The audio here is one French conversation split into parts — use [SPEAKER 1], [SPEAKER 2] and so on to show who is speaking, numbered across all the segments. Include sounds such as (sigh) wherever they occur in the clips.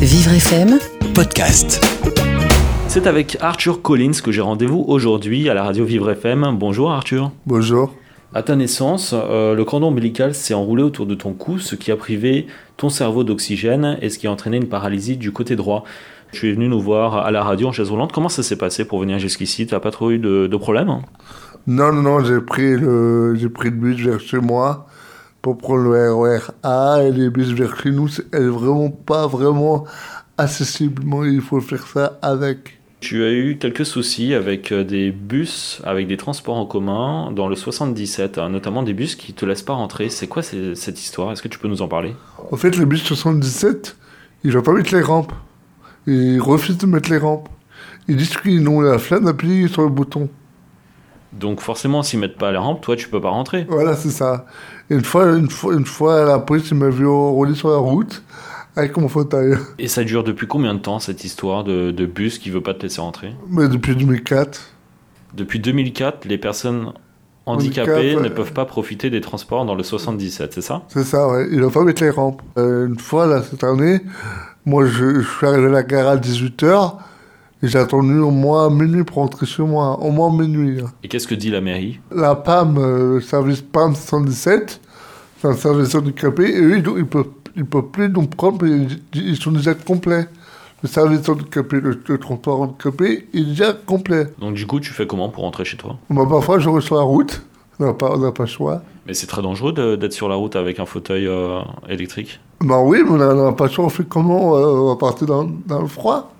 [SPEAKER 1] Vivre FM,
[SPEAKER 2] podcast.
[SPEAKER 3] C'est avec Arthur Collins que j'ai rendez-vous aujourd'hui à la radio Vivre FM. Bonjour Arthur.
[SPEAKER 4] Bonjour.
[SPEAKER 3] À ta naissance, euh, le cordon ombilical s'est enroulé autour de ton cou, ce qui a privé ton cerveau d'oxygène et ce qui a entraîné une paralysie du côté droit. Tu es venu nous voir à la radio en chaise roulante. Comment ça s'est passé pour venir jusqu'ici T'as pas trop eu de, de problème
[SPEAKER 4] Non, non, non, j'ai pris le, j'ai pris le bus vers chez moi pour prendre le RER A et les bus vers chez nous, c'est vraiment pas vraiment accessiblement, il faut faire ça avec.
[SPEAKER 3] Tu as eu quelques soucis avec euh, des bus, avec des transports en commun dans le 77, hein, notamment des bus qui te laissent pas rentrer. C'est quoi ces- cette histoire Est-ce que tu peux nous en parler
[SPEAKER 4] En fait, le bus 77, il va pas mettre les rampes. Il refuse de mettre les rampes. Ils disent qu'ils ont la flemme d'appuyer sur le bouton.
[SPEAKER 3] Donc forcément, s'ils mettent pas la rampe, toi tu peux pas rentrer.
[SPEAKER 4] Voilà, c'est ça. Une fois, une fois, une fois, la police m'a vu rouler sur la route avec mon fauteuil.
[SPEAKER 3] Et ça dure depuis combien de temps cette histoire de, de bus qui veut pas te laisser rentrer
[SPEAKER 4] Mais depuis 2004,
[SPEAKER 3] Depuis 2004, les personnes handicapées
[SPEAKER 4] Handicap,
[SPEAKER 3] ne
[SPEAKER 4] euh,
[SPEAKER 3] peuvent pas profiter des transports dans le 77, c'est ça
[SPEAKER 4] C'est ça, ouais. Il va pas mettre les rampes. Euh, une fois, là, cette année, moi, je, je suis arrivé à la gare à 18h et j'ai attendu au moins minuit pour rentrer chez moi. Au moins minuit. hein.
[SPEAKER 3] Et qu'est-ce que dit la mairie
[SPEAKER 4] La PAM, euh, le service PAM 77, c'est un service handicapé, et eux, ils ne peuvent, ils peuvent plus nous prendre, ils, ils sont déjà complets. Le service handicapé, le, le transport handicapé, il est déjà complet.
[SPEAKER 3] Donc du coup, tu fais comment pour rentrer chez toi
[SPEAKER 4] Moi, parfois, je reçois la route. On n'a pas, on n'a pas le choix.
[SPEAKER 3] Mais c'est très dangereux de- d'être sur la route avec un fauteuil euh, électrique.
[SPEAKER 4] Ben oui, mais on n'a- on n'a pas le choix. On fait comment euh, On va partir dans- dans le froid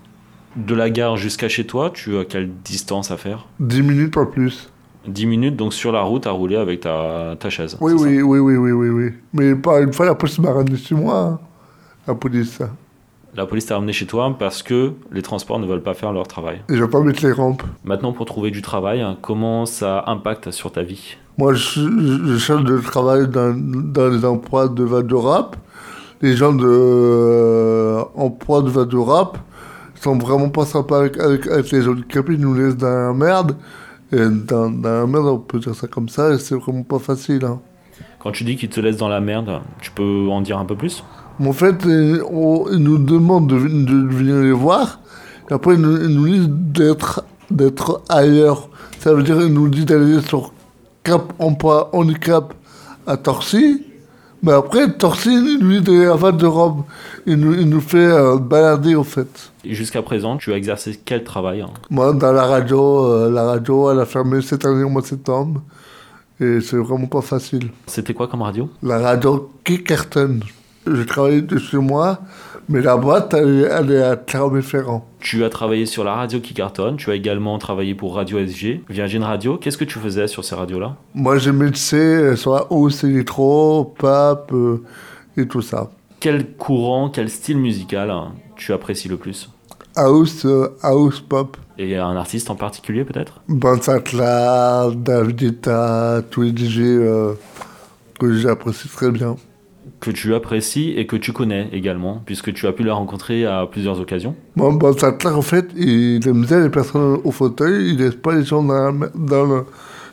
[SPEAKER 3] De la gare jusqu'à chez toi, tu as quelle distance à faire
[SPEAKER 4] 10 minutes, pas plus.
[SPEAKER 3] 10 minutes donc sur la route à rouler avec ta, ta chaise.
[SPEAKER 4] Oui,
[SPEAKER 3] c'est ça
[SPEAKER 4] oui, oui, oui, oui, oui, oui. Mais pas une fois, la police m'a ramené chez moi. hein. La police. hein.
[SPEAKER 3] La police t'a ramené chez toi parce que les transports ne veulent pas faire leur travail.
[SPEAKER 4] Et je vais pas mettre les rampes.
[SPEAKER 3] Maintenant, pour trouver du travail, hein, comment ça impacte sur ta vie
[SPEAKER 4] Moi, je, je cherche de travail dans, dans les emplois de Val de Rap. Les gens de euh, emplois de Val de Rap sont vraiment pas sympas avec, avec, avec les handicapés. Ils nous laissent dans la merde. Et dans, dans la merde, on peut dire ça comme ça, et c'est vraiment pas facile. hein.
[SPEAKER 3] Quand tu dis qu'ils te laissent dans la merde, tu peux en dire un peu plus
[SPEAKER 4] Mais En fait, euh, on- ils nous demandent de, ven- de venir les voir. Et après, ils nous, ils nous disent d'être, d'être ailleurs. Ça veut dire qu'ils nous disent d'aller sur Cap Emploi Handicap à Torcy. Mais après, Torcy, ils nous disent d'aller à Val de Rome. Ils nous, ils nous fait euh, balader, en fait.
[SPEAKER 3] Et Jusqu'à présent, tu as exercé quel travail hein
[SPEAKER 4] Moi, dans la radio, euh, la radio, elle a fermé cette année au mois de septembre. Et c'est vraiment pas facile.
[SPEAKER 3] C'était quoi comme radio
[SPEAKER 4] la radio Kickerton. Je travaillais de chez moi, mais la boîte, elle, est- elle est à Clermont-Ferrand.
[SPEAKER 3] Tu as travaillé sur la radio qui cartonne, tu as également travaillé pour Radio SG, Virgin Radio. Qu'est-ce que tu faisais sur ces radios-là
[SPEAKER 4] Moi, j'ai médecin, soit euh, hausse électro, pape euh, et tout ça.
[SPEAKER 3] Quel courant, quel style musical hein, tu apprécies le plus
[SPEAKER 4] House, euh, house pop.
[SPEAKER 3] Et un artiste en particulier peut-être
[SPEAKER 4] Ben Sinclair, David Guetta, tous les DJ euh, que j'apprécie très bien.
[SPEAKER 3] Que tu apprécies et que tu connais également, puisque tu as pu la rencontrer à plusieurs occasions.
[SPEAKER 4] Moi, Ben Sinclair, en fait, il aime bien les personnes au fauteuil, il laisse pas les gens dans la mer- dans le,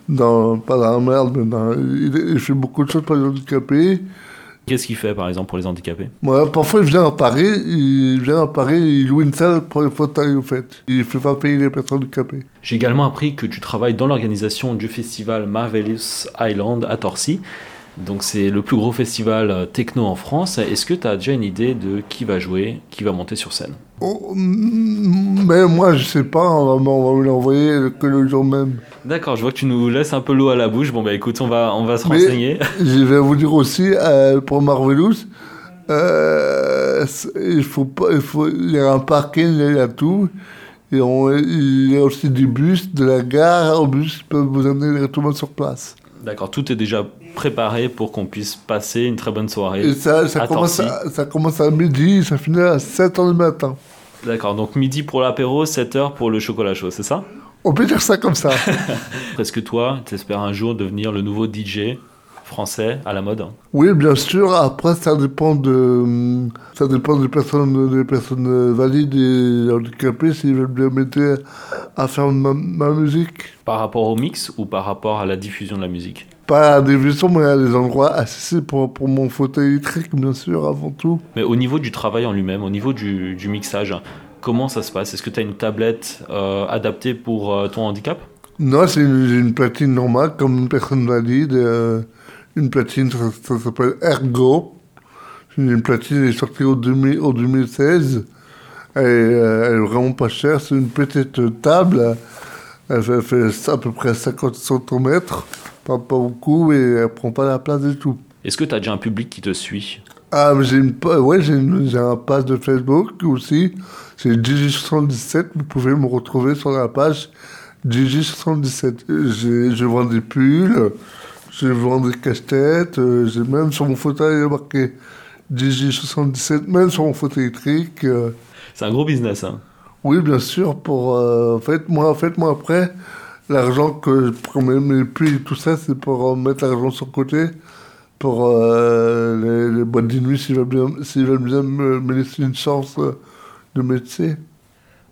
[SPEAKER 4] dans, pas dans la merde, mais dans, il, il fait beaucoup de choses pour les handicapés.
[SPEAKER 3] Qu'est-ce qu'il fait par exemple pour les handicapés
[SPEAKER 4] Moi, parfois, il vient à Paris, il vient à Paris, il loue une salle pour les fauteuils, en fait. Il fait pas payer les personnes handicapées.
[SPEAKER 3] J'ai également appris que tu travailles dans l'organisation du festival Marvelous Island à Torcy. Donc c'est le plus gros festival euh, techno en France. Est-ce que tu as déjà une idée de qui va jouer, qui va monter sur scène
[SPEAKER 4] Oh, mm, mais moi, je sais pas, on va, on va me l'envoyer que le jour même.
[SPEAKER 3] D'accord, je vois que tu nous laisses un peu l'eau à la bouche. Bon bah écoute, on va, on va se
[SPEAKER 4] Mais-
[SPEAKER 3] renseigner. (laughs)
[SPEAKER 4] Je vais vous dire aussi, euh, pour Marvelous, euh, c'est- il faut pas, il faut, il y a un parking, il y a tout. Et on, il y a aussi des bus, de la gare, au bus, qui peuvent vous amener directement sur place.
[SPEAKER 3] D'accord, tout est déjà préparé pour qu'on puisse passer une très bonne
[SPEAKER 4] Et
[SPEAKER 3] soirée.
[SPEAKER 4] ça, ça,
[SPEAKER 3] Attends,
[SPEAKER 4] commence,
[SPEAKER 3] si.
[SPEAKER 4] à, ça commence à midi, ça finit à 7 h du matin.
[SPEAKER 3] D'accord, donc midi pour l'apéro, 7h pour le chocolat chaud, c'est ça
[SPEAKER 4] On peut dire ça comme ça.
[SPEAKER 3] Est-ce que toi, t'espères un jour devenir le nouveau DJ français à la mode hein
[SPEAKER 4] oui, bien sûr. Après, ça dépend de, ça dépend des personnes, des personnes valides et handicapées s'ils veulent bien m'aider à faire ma, ma musique.
[SPEAKER 3] Par rapport au mix ou par rapport à la diffusion de la musique
[SPEAKER 4] Pas à des vaisseaux, mais à des endroits assez pour, pour mon fauteuil électrique, bien sûr, avant tout.
[SPEAKER 3] Mais au niveau du travail en lui-même, au niveau du, du mixage, comment ça se passe Est-ce que tu as une tablette euh, adaptée pour euh, ton handicap
[SPEAKER 4] Non, c'est une, une platine normale, comme une personne valide. euh, une platine, ça, ça s'appelle Ergo. C'est Une platine qui est sortie au, 2000 au 2016. Elle, euh, elle est vraiment pas chère. C'est une petite table. Elle fait- fait à peu près 50 cm. Pas, pas beaucoup et elle prend pas la place du tout.
[SPEAKER 3] Est-ce que tu as déjà un public qui te suit
[SPEAKER 4] Ah, mais j'ai une, pa- ouais, j'ai une- j'ai un page de Facebook aussi. C'est Gigi77. Vous pouvez me retrouver sur la page Gigi77. J'ai- Je vends des pulls, je vends des cache-têtes, euh, j'ai même sur mon fauteuil il y a marqué Gigi77, même sur mon fauteuil électrique. euh,
[SPEAKER 3] C'est un gros business. hein.
[SPEAKER 4] oui, bien sûr, pour. euh, en fait, moi, en fait, moi, après, l'argent que je prends, mes- mes puits et tout ça, c'est pour euh, mettre l'argent sur le côté pour euh, les, les boîtes de nuit, s'ils veulent bien, s'ils veulent bien me, me laisser une chance euh, de métier.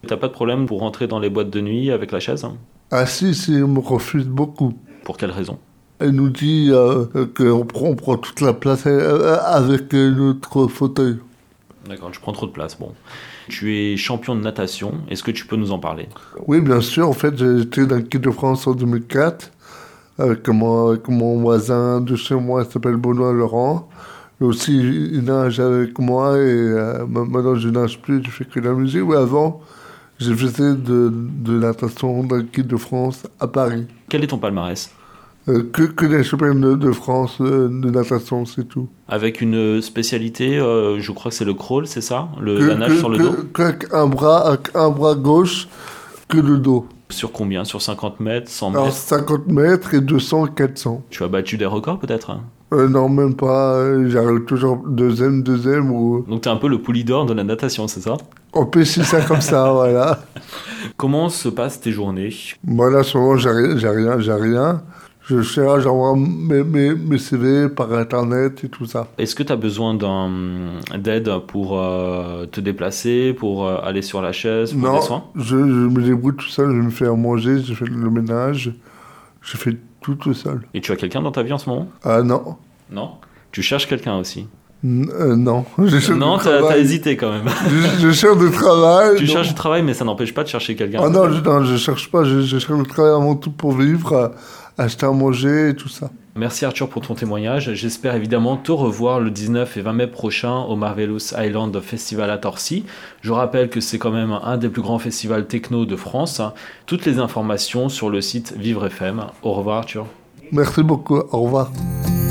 [SPEAKER 3] T'as pas de problème pour rentrer dans les boîtes de nuit avec la chaise hein
[SPEAKER 4] Ah si, si, on me refuse beaucoup.
[SPEAKER 3] Pour quelle raison
[SPEAKER 4] Elle nous dit euh, qu'on prend, on prend toute la place euh, avec euh, notre fauteuil.
[SPEAKER 3] D'accord, je prends trop de place. Bon. Tu es champion de natation. Est-ce que tu peux nous en parler
[SPEAKER 4] Oui, bien sûr. En fait, j'ai été dans le Quai de France en 2004 avec euh, mon, avec mon voisin de chez moi, il s'appelle Benoît Laurent. Lui aussi, il nage avec moi et euh, ma- maintenant, je nage plus, je fais que de la musique. Mais avant, j'ai fait de, de natation dans le Quai de France à Paris.
[SPEAKER 3] Quel est ton palmarès
[SPEAKER 4] Euh, que, que les championnats de, de France euh, de natation, c'est tout.
[SPEAKER 3] Avec une spécialité, euh, je crois que c'est le crawl, c'est ça le,
[SPEAKER 4] que,
[SPEAKER 3] La nage
[SPEAKER 4] que-
[SPEAKER 3] sur le
[SPEAKER 4] que-
[SPEAKER 3] dos
[SPEAKER 4] qu'avec un bras, avec un bras gauche, que le dos.
[SPEAKER 3] Sur combien Sur 50 mètres 100 mètres
[SPEAKER 4] Alors 50 mètres et 200, 400.
[SPEAKER 3] Tu as battu des records peut-être hein
[SPEAKER 4] Euh, non, même pas. euh, J'arrive toujours deuxième, deuxième ou.
[SPEAKER 3] Donc t'es un peu le poulie d'or de la natation, c'est ça
[SPEAKER 4] On peut essayer ça comme ça, (laughs) voilà.
[SPEAKER 3] Comment se passent tes journées
[SPEAKER 4] Moi, là, souvent, j'ai ri- j'ai rien, j'ai rien. Je cherche, j'envoie mes, mes, mes CV par internet et tout ça.
[SPEAKER 3] Est-ce que tu as besoin d'un- d'aide pour euh, te déplacer, pour euh, aller sur la chaise, pour
[SPEAKER 4] non,
[SPEAKER 3] des soins
[SPEAKER 4] je, je me débrouille tout seul, je me fais à manger, je fais le ménage, je fais tout tout seul.
[SPEAKER 3] Et tu as quelqu'un dans ta vie en ce moment
[SPEAKER 4] Ah non,
[SPEAKER 3] Non. Tu cherches quelqu'un aussi
[SPEAKER 4] N- euh, non. (laughs) Je Euh, cherche
[SPEAKER 3] Non,
[SPEAKER 4] du
[SPEAKER 3] t'as t'as
[SPEAKER 4] travail.
[SPEAKER 3] hésité quand même.
[SPEAKER 4] Je, je cherche du travail.
[SPEAKER 3] tu
[SPEAKER 4] donc-
[SPEAKER 3] cherches du travail, mais ça n'empêche pas de chercher quelqu'un.
[SPEAKER 4] Ah non, je, non, je cherche pas, je, je cherche le travail avant tout pour vivre, euh, acheter à manger et tout ça.
[SPEAKER 3] Merci Arthur pour ton témoignage. J'espère évidemment te revoir le 19 et 20 mai prochain au Marvelous Island Festival à Torcy. Je rappelle que c'est quand même un des plus grands festivals techno de France. Toutes les informations sur le site Vivre FM. Au revoir Arthur.
[SPEAKER 4] Merci beaucoup, au revoir.
[SPEAKER 1] Thank